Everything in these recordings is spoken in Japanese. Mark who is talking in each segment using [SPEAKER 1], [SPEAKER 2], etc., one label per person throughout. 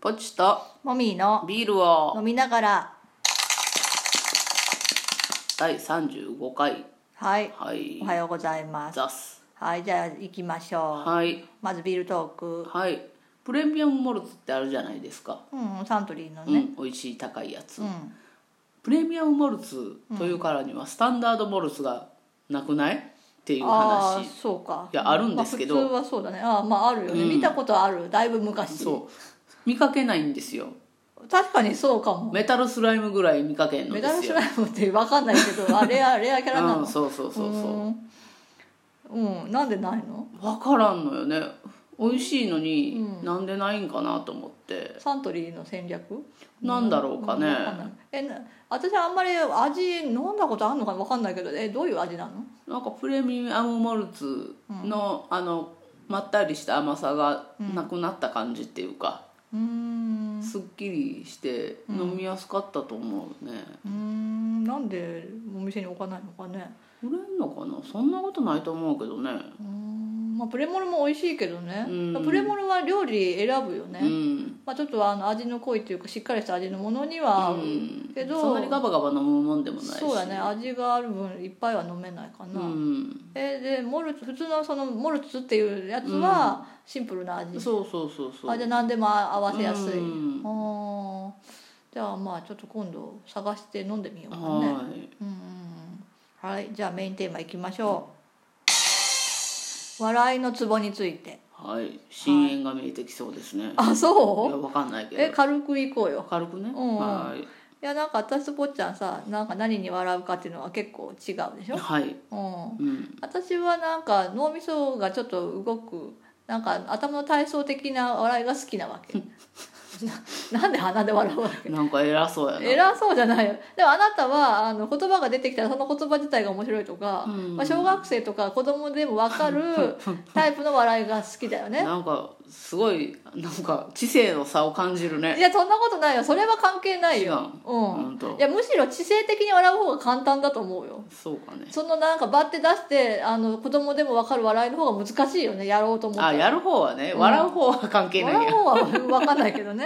[SPEAKER 1] ポチと
[SPEAKER 2] もみーの
[SPEAKER 1] ビールを
[SPEAKER 2] 飲みながら
[SPEAKER 1] 第35回
[SPEAKER 2] はい
[SPEAKER 1] はい
[SPEAKER 2] おはようございます
[SPEAKER 1] ザス
[SPEAKER 2] はいじゃあ行きましょ
[SPEAKER 1] はいう
[SPEAKER 2] まずビールトーク
[SPEAKER 1] はいプレミアムモルツってあるじゃないですか、
[SPEAKER 2] うんうんサントリーの
[SPEAKER 1] う
[SPEAKER 2] ね
[SPEAKER 1] ん、美味しい高いやつ、
[SPEAKER 2] うん
[SPEAKER 1] プレミアムモルツというからにはスタンダードモルツがなくないっていう
[SPEAKER 2] あ
[SPEAKER 1] 話、
[SPEAKER 2] あそうか
[SPEAKER 1] いやあるんですけど
[SPEAKER 2] まあ、普通はそうだねああまああるよね、見たことあるだいぶ昔
[SPEAKER 1] そう見かけないんですよ
[SPEAKER 2] 確かにそうかも
[SPEAKER 1] メタルスライムぐらい見かけんの
[SPEAKER 2] メ
[SPEAKER 1] で
[SPEAKER 2] ダル
[SPEAKER 1] す
[SPEAKER 2] ス
[SPEAKER 1] よ
[SPEAKER 2] ライムって分かんないけどあれアレアキャラなの、
[SPEAKER 1] うん、そうそうそうそう
[SPEAKER 2] うーんうんなんでないの
[SPEAKER 1] 分からんのよね美味しいのに、なんでないんかなと思って
[SPEAKER 2] サントリーの戦略
[SPEAKER 1] なんだろうかね、
[SPEAKER 2] わんないえな私あんまり味飲んだことあんのか分かんないけどえどういう味なの
[SPEAKER 1] なんかプレミアムモルツの、あのまったりした甘さがなくなった感じっていうか、
[SPEAKER 2] うーん
[SPEAKER 1] すっきりして飲みやすかったと思うね、
[SPEAKER 2] うーんなんでお店に置かないのかね
[SPEAKER 1] 売れんのかなそんなことないと思うけどね
[SPEAKER 2] うーん、まあ、プレモルも美味しいけどね
[SPEAKER 1] うん
[SPEAKER 2] プレモルは料理選ぶよね、
[SPEAKER 1] うん、
[SPEAKER 2] まあ、ちょっとあの味の濃いっていうかしっかりした味のものには合う、
[SPEAKER 1] うん、
[SPEAKER 2] けど
[SPEAKER 1] そんなにガバガバ飲むもんでもないし
[SPEAKER 2] そうだね味がある分いっぱいは飲めないか
[SPEAKER 1] う
[SPEAKER 2] な、
[SPEAKER 1] ん、
[SPEAKER 2] えでモルツ普通のそのモルツっていうやつはシンプルな味、
[SPEAKER 1] そうそうそうそう
[SPEAKER 2] あじゃあ何でも合わせやすい、
[SPEAKER 1] うん
[SPEAKER 2] あーじゃあまあちょっと今度探して飲んでみようかね
[SPEAKER 1] はい、
[SPEAKER 2] うんうんうんはいじゃあメインテーマいきましょう、笑いのツボについて
[SPEAKER 1] はい、深淵が見えてきそうですね。
[SPEAKER 2] あ
[SPEAKER 1] い
[SPEAKER 2] そ
[SPEAKER 1] や、
[SPEAKER 2] う
[SPEAKER 1] わかんないけ
[SPEAKER 2] え
[SPEAKER 1] ど。
[SPEAKER 2] 軽くいこうよ
[SPEAKER 1] 明るくね。
[SPEAKER 2] うん
[SPEAKER 1] はい
[SPEAKER 2] いやなんか私と坊ちゃんさなんか何に笑うかっていうのは結構違うでしょ、
[SPEAKER 1] はい、
[SPEAKER 2] うん、
[SPEAKER 1] うん、
[SPEAKER 2] 私はなんか脳みそがちょっと動くなんか頭の体操的な笑いが好きなわけ ななんで鼻で笑うわけ
[SPEAKER 1] なんか偉そうやな。
[SPEAKER 2] 偉そうじゃないよでもあなたはあの言葉が出てきたらその言葉自体が面白いとか、
[SPEAKER 1] うん
[SPEAKER 2] まあ、小学生とか子供でも分かる タイプの笑いが好きだよね
[SPEAKER 1] なんかすごいなんか知性の差を感じるね
[SPEAKER 2] いやそんなことないよそれは関係ないよ
[SPEAKER 1] 違
[SPEAKER 2] うん、
[SPEAKER 1] 本当
[SPEAKER 2] いやむしろ知性的に笑う方が簡単だと思うよ
[SPEAKER 1] そうかね
[SPEAKER 2] そのなんかバッて出してあの子供でも分かる笑いの方が難しいよねやろうと思ったら
[SPEAKER 1] あやる方はね、
[SPEAKER 2] うん
[SPEAKER 1] 笑う方は関係ない
[SPEAKER 2] 笑う
[SPEAKER 1] や
[SPEAKER 2] 方は分かんないけどね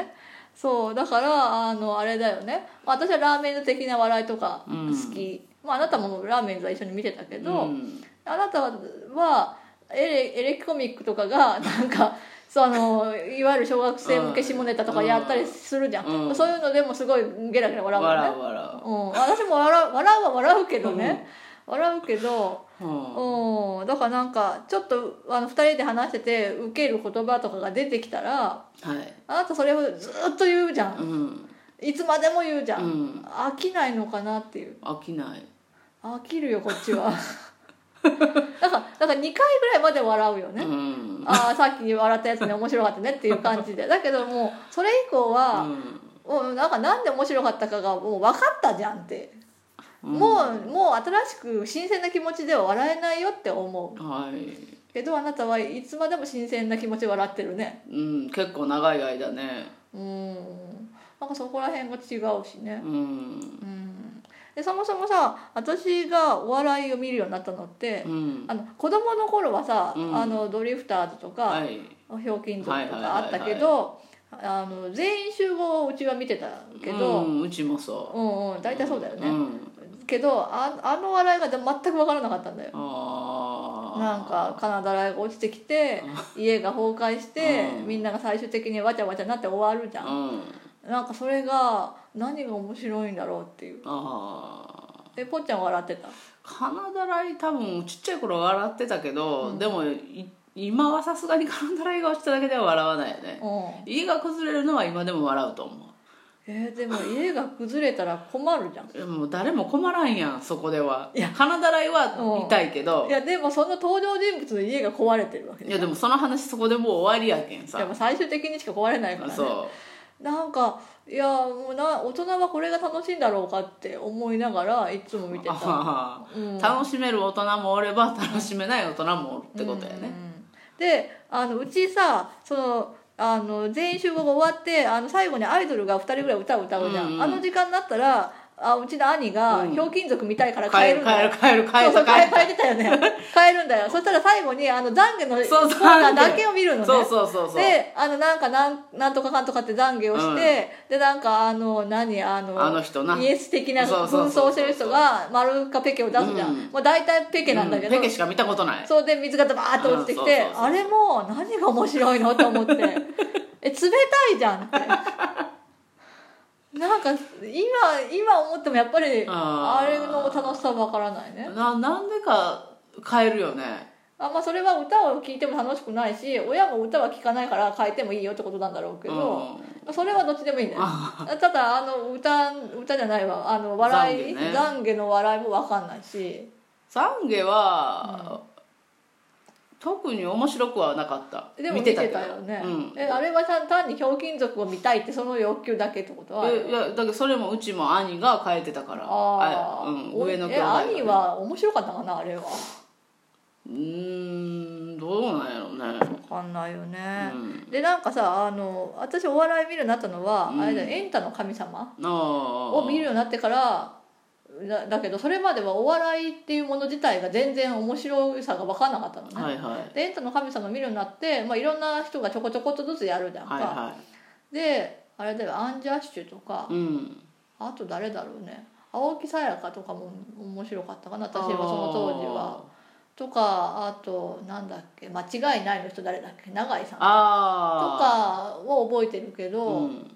[SPEAKER 2] そうだからあのあれだよね私はラーメンズ的な笑いとか好き、まあ、あなたもラーメンズは一緒に見てたけど、
[SPEAKER 1] うん
[SPEAKER 2] あなたはエレエレキコミックとか がなんかそのいわゆる小学生向け下ネタとかやったりするじゃん、
[SPEAKER 1] うん
[SPEAKER 2] そういうのでもすごいゲラゲラ笑うよね
[SPEAKER 1] 笑う笑
[SPEAKER 2] うん、私も笑う笑うは笑うけどね、笑うけど
[SPEAKER 1] う、うん
[SPEAKER 2] うん、だからなんかちょっとあの2人で話しててウケる言葉とかが出てきたら
[SPEAKER 1] はい
[SPEAKER 2] あなたそれをずっと言うじゃん
[SPEAKER 1] うん
[SPEAKER 2] いつまでも言うじゃん、
[SPEAKER 1] うん
[SPEAKER 2] 飽きないのかなっていう
[SPEAKER 1] 飽きない
[SPEAKER 2] 飽きるよこっちはだからだから2回ぐらいまで笑うよね、
[SPEAKER 1] うん
[SPEAKER 2] ああさっき笑ったやつね面白かったねっていう感じでだけどもうそれ以降
[SPEAKER 1] う
[SPEAKER 2] は、
[SPEAKER 1] ん
[SPEAKER 2] もうなんかなんで面白かったかがもう分かったじゃんって、
[SPEAKER 1] うん
[SPEAKER 2] もうもう新しく新鮮な気持ちでは笑えないよって思
[SPEAKER 1] はい、
[SPEAKER 2] うけどあなたはいつまでも新鮮な気持ちで笑ってるね
[SPEAKER 1] うん、結構長い間ね
[SPEAKER 2] うんなんかそこら辺が違うしね
[SPEAKER 1] うん
[SPEAKER 2] うんでそもそもさ私がお笑いを見るようになったのって、
[SPEAKER 1] うん
[SPEAKER 2] あの子供の頃はさ、
[SPEAKER 1] うん
[SPEAKER 2] あのドリフターズとか、
[SPEAKER 1] はい
[SPEAKER 2] ひょうきん族と
[SPEAKER 1] はいはいはい
[SPEAKER 2] か
[SPEAKER 1] は
[SPEAKER 2] あ
[SPEAKER 1] い
[SPEAKER 2] ったけど、あの全員集合をうちは見てたけど、
[SPEAKER 1] う
[SPEAKER 2] うん、
[SPEAKER 1] ん、うちもそ
[SPEAKER 2] うん大体そうだよ
[SPEAKER 1] う、
[SPEAKER 2] ね、
[SPEAKER 1] うん、
[SPEAKER 2] けどああの笑いが全く分からなかったんだよ
[SPEAKER 1] ああ
[SPEAKER 2] なんか金だらいが落ちてきて家が崩壊して、
[SPEAKER 1] うん
[SPEAKER 2] みんなが最終的にわちゃわちゃになって終わるじゃん、
[SPEAKER 1] うん
[SPEAKER 2] なんかそれが何が面白いんだろうっていう
[SPEAKER 1] ああ
[SPEAKER 2] えぽっちゃん笑ってた
[SPEAKER 1] 金だらい多分ちっちゃい頃笑ってたけど、でもい今はさすがに金だらいが落ちただけでは笑わないよね、
[SPEAKER 2] うん
[SPEAKER 1] 家が崩れるのは今でも笑うと思
[SPEAKER 2] えー、でも家が崩れたら困るじゃ
[SPEAKER 1] う
[SPEAKER 2] ん
[SPEAKER 1] もう誰も困らんやんそこではい
[SPEAKER 2] や
[SPEAKER 1] 金だらい
[SPEAKER 2] うん
[SPEAKER 1] は痛いけど
[SPEAKER 2] い、やでもその登場人物の家が壊れてるわけ
[SPEAKER 1] い
[SPEAKER 2] で
[SPEAKER 1] やでもその話そこでもう終わりやけんさ、
[SPEAKER 2] も最終的にしか壊れないからね
[SPEAKER 1] そ
[SPEAKER 2] なんかいやもうな大人はこれが楽しいんだろうかって思いながらいつも見て
[SPEAKER 1] う
[SPEAKER 2] た、うん、
[SPEAKER 1] 楽しめる大人もおれば楽しめない大人もおるってことや
[SPEAKER 2] う
[SPEAKER 1] ね、
[SPEAKER 2] んであのうちさそのあの全員集合が終わってあの最後にアイドルが2人ぐらい歌を歌うじゃん、
[SPEAKER 1] うんうん
[SPEAKER 2] あの時間になったらあうちの兄がひょうきん族見たいから
[SPEAKER 1] 帰
[SPEAKER 2] 帰
[SPEAKER 1] る
[SPEAKER 2] るん
[SPEAKER 1] 帰
[SPEAKER 2] だ
[SPEAKER 1] る
[SPEAKER 2] よ
[SPEAKER 1] 帰る帰
[SPEAKER 2] そう
[SPEAKER 1] る
[SPEAKER 2] そう
[SPEAKER 1] 帰
[SPEAKER 2] 変
[SPEAKER 1] る
[SPEAKER 2] えてたよね変えるんだよそしたら最後にあの懺悔の
[SPEAKER 1] そう
[SPEAKER 2] コーナーだけを見るのね
[SPEAKER 1] そうそうそうそう
[SPEAKER 2] であのなんかなんなんとかかんとかって懺悔をして、
[SPEAKER 1] うん
[SPEAKER 2] でなんかあの何あの
[SPEAKER 1] あの人な
[SPEAKER 2] イエス的な
[SPEAKER 1] そう
[SPEAKER 2] 紛
[SPEAKER 1] そうそうそう
[SPEAKER 2] 争してる人が丸かペケを出すじゃん、
[SPEAKER 1] うん
[SPEAKER 2] もう大体ペケなんだけど、
[SPEAKER 1] うんペケしか見たことない
[SPEAKER 2] そうで水がダバーッと落ちてきて、
[SPEAKER 1] うんそうそうそう
[SPEAKER 2] あれもう何が面白いのと思ってえ冷たいじゃんってなんか今今思ってもやっぱり
[SPEAKER 1] あー
[SPEAKER 2] あれの楽しさはわからないね
[SPEAKER 1] ななんでか変えるよね
[SPEAKER 2] あまあそれは歌を聴いても楽しくないし親も歌は聴かないから変えてもいいよってことなんだろうけど、
[SPEAKER 1] うん
[SPEAKER 2] まあそれはどっちでもいいんだよただあの歌歌じゃないわあの笑い
[SPEAKER 1] 懺
[SPEAKER 2] 懺
[SPEAKER 1] 悔ね
[SPEAKER 2] 悔、の笑いもわかんないし
[SPEAKER 1] 懺悔は、特に面白くはなかった
[SPEAKER 2] でも見てた
[SPEAKER 1] けど
[SPEAKER 2] よね、
[SPEAKER 1] うん
[SPEAKER 2] えあれは単単にひょうきん族を見たいってその欲求だけってことはある
[SPEAKER 1] えいやだけどそれもうちも兄が変えてたから
[SPEAKER 2] ああ、
[SPEAKER 1] うん、
[SPEAKER 2] お
[SPEAKER 1] 上の兄
[SPEAKER 2] え
[SPEAKER 1] 弟がね
[SPEAKER 2] 兄は面白かったかなあれはわ
[SPEAKER 1] うーんどうなんやろうね
[SPEAKER 2] かんないよね
[SPEAKER 1] う、ん
[SPEAKER 2] でなんかさあの私お笑い見るようになったのは、
[SPEAKER 1] うん
[SPEAKER 2] あれだよエンタの神様
[SPEAKER 1] ああ
[SPEAKER 2] を見るようになってからだだけどそれまではお笑いっていうもの自体が全然面白さが分かんなかったのね、
[SPEAKER 1] はいはい
[SPEAKER 2] でエンタの神様見るようになって、まあ、いろんな人がちょこちょこっとずつやるじゃんか、
[SPEAKER 1] はいは
[SPEAKER 2] であれだよアンジャッシュとか
[SPEAKER 1] いうん
[SPEAKER 2] あと誰だろうね青木さやかとかも面白かったかな私はその当時はとかあとなんだっけ間違いないの人誰だっけ永井さんと
[SPEAKER 1] ああ
[SPEAKER 2] かを覚えてるけ
[SPEAKER 1] う
[SPEAKER 2] ど
[SPEAKER 1] ん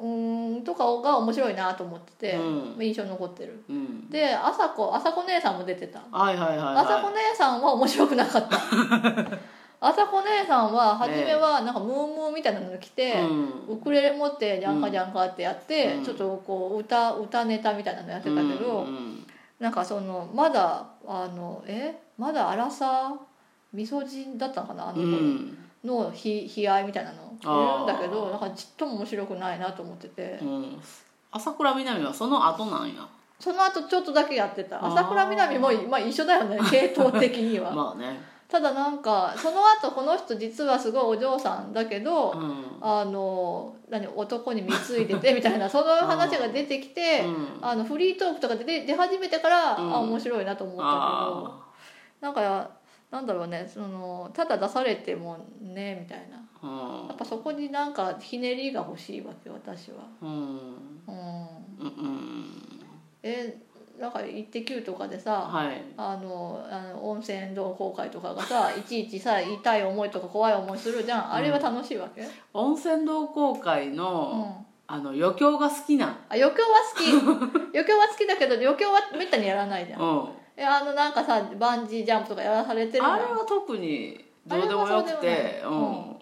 [SPEAKER 2] うーんとかが面白いなと思ってて、
[SPEAKER 1] う
[SPEAKER 2] 印象に残ってる
[SPEAKER 1] うん
[SPEAKER 2] で朝子朝子姉さんも出てた
[SPEAKER 1] はいはいはい
[SPEAKER 2] 朝
[SPEAKER 1] は
[SPEAKER 2] 子姉さんは面白くなかった 朝子姉さんは初めはなんかムームーみたいなの着て、
[SPEAKER 1] いうん
[SPEAKER 2] ウクレレ持ってジャンカジャンカってやって、
[SPEAKER 1] うん
[SPEAKER 2] ちょっとこう歌歌ネタみたいなのやってたけど、
[SPEAKER 1] うん
[SPEAKER 2] なんかそのまだあのえまだ荒さみそ人だったのかなあの
[SPEAKER 1] う
[SPEAKER 2] 子
[SPEAKER 1] ん
[SPEAKER 2] の悲悲哀みたいなのいるんだけどなんかちっとも面白くないなと思ってて
[SPEAKER 1] うん朝倉みなみはその後なんや
[SPEAKER 2] その後ちょっとだけやってた
[SPEAKER 1] あー
[SPEAKER 2] 朝倉みなみも、まあ、一緒だよね系統的には
[SPEAKER 1] まあね
[SPEAKER 2] ただなんかその後この人実はすごいお嬢さんだけど、
[SPEAKER 1] うん
[SPEAKER 2] あの何男に貢いでてみたいなその話が出てきて、
[SPEAKER 1] うん
[SPEAKER 2] あのフリートークとかで出出始めてから、
[SPEAKER 1] うん
[SPEAKER 2] あ面白いなと思ったけど
[SPEAKER 1] あ
[SPEAKER 2] なんかなんだろうねそのただ出されてもねみたいな
[SPEAKER 1] あうん
[SPEAKER 2] やっぱそこになんかひねりが欲しいわけ私は、
[SPEAKER 1] うん
[SPEAKER 2] うん、
[SPEAKER 1] うんうん
[SPEAKER 2] えなんか「イッテ Q!」とかでさ
[SPEAKER 1] はい
[SPEAKER 2] あのあの温泉同好会とかがさ いちいちさ痛い思いとか怖い思いするじゃんあれは楽しいわけ、うん
[SPEAKER 1] 温泉同好会の、あの余興が好きなん
[SPEAKER 2] あ余興は好 き余興は好きだけど余興はめったにやらないじゃん
[SPEAKER 1] うん
[SPEAKER 2] えあのなんかさバンジージャンプとかやらされてるの
[SPEAKER 1] あれは特にどうでもよく
[SPEAKER 2] あれ
[SPEAKER 1] てう
[SPEAKER 2] は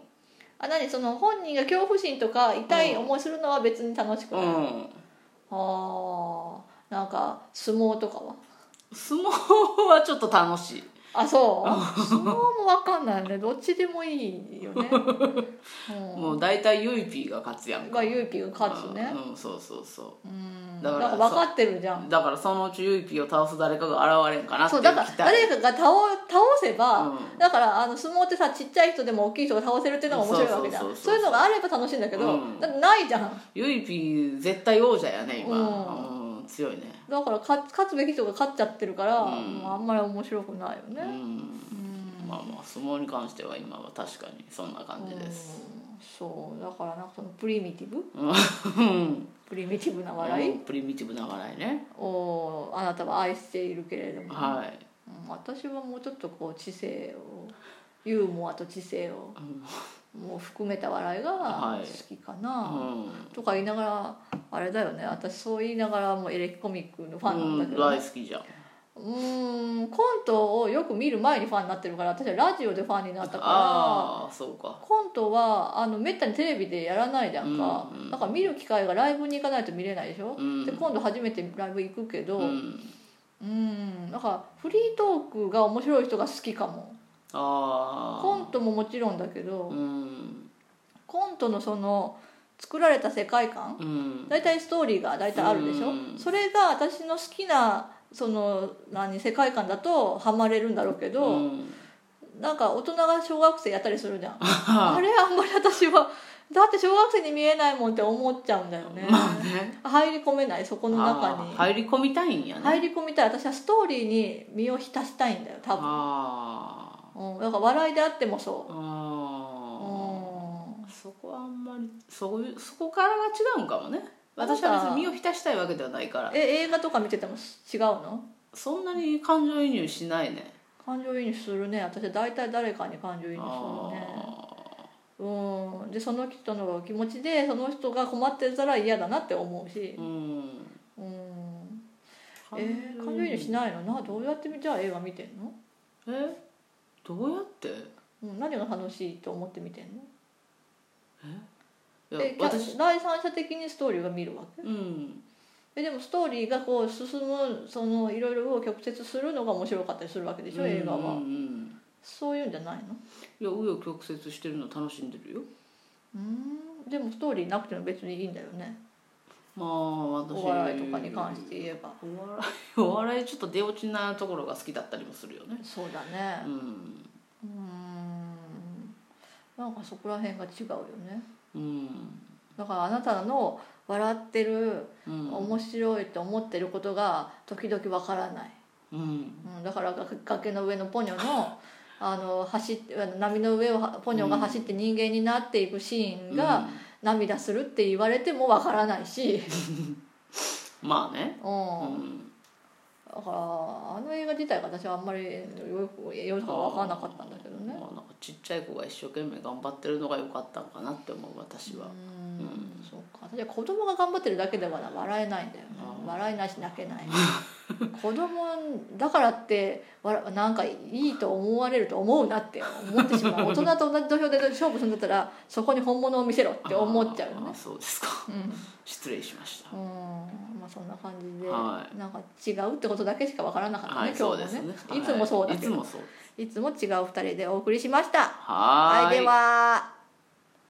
[SPEAKER 2] あ何その本人が恐怖心とか痛い思いするのは別に楽しくない、
[SPEAKER 1] ん、
[SPEAKER 2] あ
[SPEAKER 1] うん、
[SPEAKER 2] あなんか相撲とかは
[SPEAKER 1] 相撲はちょっと楽しい
[SPEAKER 2] あそう相撲もわかんないねどっちでもいいよ ね、
[SPEAKER 1] もう大体ゆいぴーが勝つや
[SPEAKER 2] うんん、
[SPEAKER 1] か
[SPEAKER 2] がユーピーが勝つね
[SPEAKER 1] うん、うんそうそうそ
[SPEAKER 2] うん
[SPEAKER 1] だ
[SPEAKER 2] な
[SPEAKER 1] から
[SPEAKER 2] んか分かってるじゃん
[SPEAKER 1] うだからそのうちゆいぴーを倒す誰かが現れんかなって
[SPEAKER 2] そ
[SPEAKER 1] いうう
[SPEAKER 2] だから
[SPEAKER 1] 期待
[SPEAKER 2] 誰かが倒倒せば、
[SPEAKER 1] うん
[SPEAKER 2] だからあの相撲ってさちっちゃい人でも大きい人が倒せるっていうのが面白いわけじゃん
[SPEAKER 1] そ
[SPEAKER 2] そうう
[SPEAKER 1] そうそうそう
[SPEAKER 2] いうのがあれば楽しいんだけど、
[SPEAKER 1] うん
[SPEAKER 2] だってないじゃん
[SPEAKER 1] ゆいぴー絶対王者やね今、
[SPEAKER 2] う
[SPEAKER 1] うん強いね
[SPEAKER 2] だから勝勝つべき人が勝っちゃってるから、
[SPEAKER 1] うん
[SPEAKER 2] もうあんまり面白くないよ
[SPEAKER 1] う
[SPEAKER 2] ね、
[SPEAKER 1] ん
[SPEAKER 2] うん
[SPEAKER 1] まあまあ相撲に関しては今は確かにそんな感じです、
[SPEAKER 2] うんそうだからなんかそのプリミティブ
[SPEAKER 1] うん、
[SPEAKER 2] プリミティブな笑い、
[SPEAKER 1] うんプリミティブな笑いね
[SPEAKER 2] をあなたは愛しているけれども、
[SPEAKER 1] はい
[SPEAKER 2] うん私はもうちょっとこう知性をユーモアと知性を、もう含めた笑いが好きかな、
[SPEAKER 1] う
[SPEAKER 2] とか言いながらあれだよね私そう言いながらもうエレキコミックのファン
[SPEAKER 1] ん、
[SPEAKER 2] な
[SPEAKER 1] うん
[SPEAKER 2] だ
[SPEAKER 1] ん、
[SPEAKER 2] けど、
[SPEAKER 1] 大
[SPEAKER 2] ね、
[SPEAKER 1] 好きじゃん
[SPEAKER 2] うーんコントをよく見る前にファンになってるから私はラジオでファンになったか
[SPEAKER 1] ああそうから
[SPEAKER 2] コントはあのめったにテレビでやらないじゃんか、
[SPEAKER 1] うんうん
[SPEAKER 2] だから見る機会がライブに行かないと見れないでしょ、
[SPEAKER 1] うん
[SPEAKER 2] で今度初めてライブ行くけどう
[SPEAKER 1] うんん、
[SPEAKER 2] なんかフリートークが面白い人が好きかも
[SPEAKER 1] ああ
[SPEAKER 2] コントももちろんだけど、
[SPEAKER 1] うん
[SPEAKER 2] コントのその作られた世界観
[SPEAKER 1] うん
[SPEAKER 2] 大体ストーリーが大体あるでしょ、
[SPEAKER 1] うん
[SPEAKER 2] それが私の好きなその何世界観だとハマれるんだろうけど、
[SPEAKER 1] うん
[SPEAKER 2] なんか大人が小学生やったりするじゃんあれあんまり私はだって小学生に見えないもんって思っちゃうんだよね
[SPEAKER 1] まあね
[SPEAKER 2] 入り込めない そこの中
[SPEAKER 1] あー
[SPEAKER 2] に
[SPEAKER 1] 入り込みたいんやね、
[SPEAKER 2] 入り込みたい私はストーリーに身を浸したいんだよ多
[SPEAKER 1] あ
[SPEAKER 2] 分、うん、だから笑いであってもそ
[SPEAKER 1] ー
[SPEAKER 2] う、う
[SPEAKER 1] あ
[SPEAKER 2] ん、
[SPEAKER 1] ーそこはあんまりそういうそこからが違うんかもね私は別に身を浸したいわけではないから
[SPEAKER 2] え映画とか見てても違うの
[SPEAKER 1] そんなに感情移入しないね
[SPEAKER 2] 感情移入するね私は大体誰かに感情移入
[SPEAKER 1] あ
[SPEAKER 2] するねうんでその人の気持ちでその人が困ってたら嫌だなって思うし
[SPEAKER 1] ーうん
[SPEAKER 2] うんえー感情移入しないのなどうやってじゃあ映画見てんの、
[SPEAKER 1] えどうやって
[SPEAKER 2] うん、何が楽しいと思って見てんの
[SPEAKER 1] いや
[SPEAKER 2] えキャ
[SPEAKER 1] 私
[SPEAKER 2] 第三者的にストーリーが見るわけ
[SPEAKER 1] うん
[SPEAKER 2] えでもストーリーがこう進むそのいろいろを曲折するのが面白かったりするわけでしょ映画
[SPEAKER 1] うん
[SPEAKER 2] は
[SPEAKER 1] うんうん
[SPEAKER 2] そういうんじゃないの
[SPEAKER 1] いや紆余曲折してるの楽しんでるよ
[SPEAKER 2] うんでもストーリーなくても別にいいんだよね
[SPEAKER 1] まあ私
[SPEAKER 2] お笑いとかに関して言えば
[SPEAKER 1] お笑い お笑いちょっと出落ちなところが好きだったりもするよね
[SPEAKER 2] そうだね
[SPEAKER 1] うん
[SPEAKER 2] うんなんかそこら辺が違うよね
[SPEAKER 1] うん
[SPEAKER 2] だからあなたの笑ってる
[SPEAKER 1] うん
[SPEAKER 2] 面白いと思ってることが時々わからない
[SPEAKER 1] うん
[SPEAKER 2] うん、だからが崖の上のポニョ のあの走ってあの波の上をはポニョが走って人間になっていくシーンが、涙するって言われてもわからない し、
[SPEAKER 1] うんまあね
[SPEAKER 2] う、
[SPEAKER 1] うんん
[SPEAKER 2] だからあの映画自体が私はあんまりよくよく分からなかったんだけどね
[SPEAKER 1] まあなんかちっちゃい子が一生懸命頑張ってるのが良かったんかなって思う私は
[SPEAKER 2] うんそうか私は子供が頑張ってるだけでは笑えないんだよね
[SPEAKER 1] あー
[SPEAKER 2] 笑えないし泣けない 子供だからってわらなんかいいと思われると思うなって思ってし まう大人と同じ土俵で勝負するんだったらそこに本物を見せろって思っちゃうよ
[SPEAKER 1] あー
[SPEAKER 2] ね
[SPEAKER 1] そうですか
[SPEAKER 2] うん、
[SPEAKER 1] 失礼しました
[SPEAKER 2] うんまあ、そんな感じで、
[SPEAKER 1] は
[SPEAKER 2] なんか違うってことだけしかわからなかったね、
[SPEAKER 1] はい
[SPEAKER 2] 今
[SPEAKER 1] そう
[SPEAKER 2] 日
[SPEAKER 1] です
[SPEAKER 2] も
[SPEAKER 1] ね
[SPEAKER 2] ねいつもそうだ
[SPEAKER 1] はいい
[SPEAKER 2] け
[SPEAKER 1] つ
[SPEAKER 2] ど、
[SPEAKER 1] もそう
[SPEAKER 2] いつも違う2人でお送りしました
[SPEAKER 1] はー
[SPEAKER 2] はい、では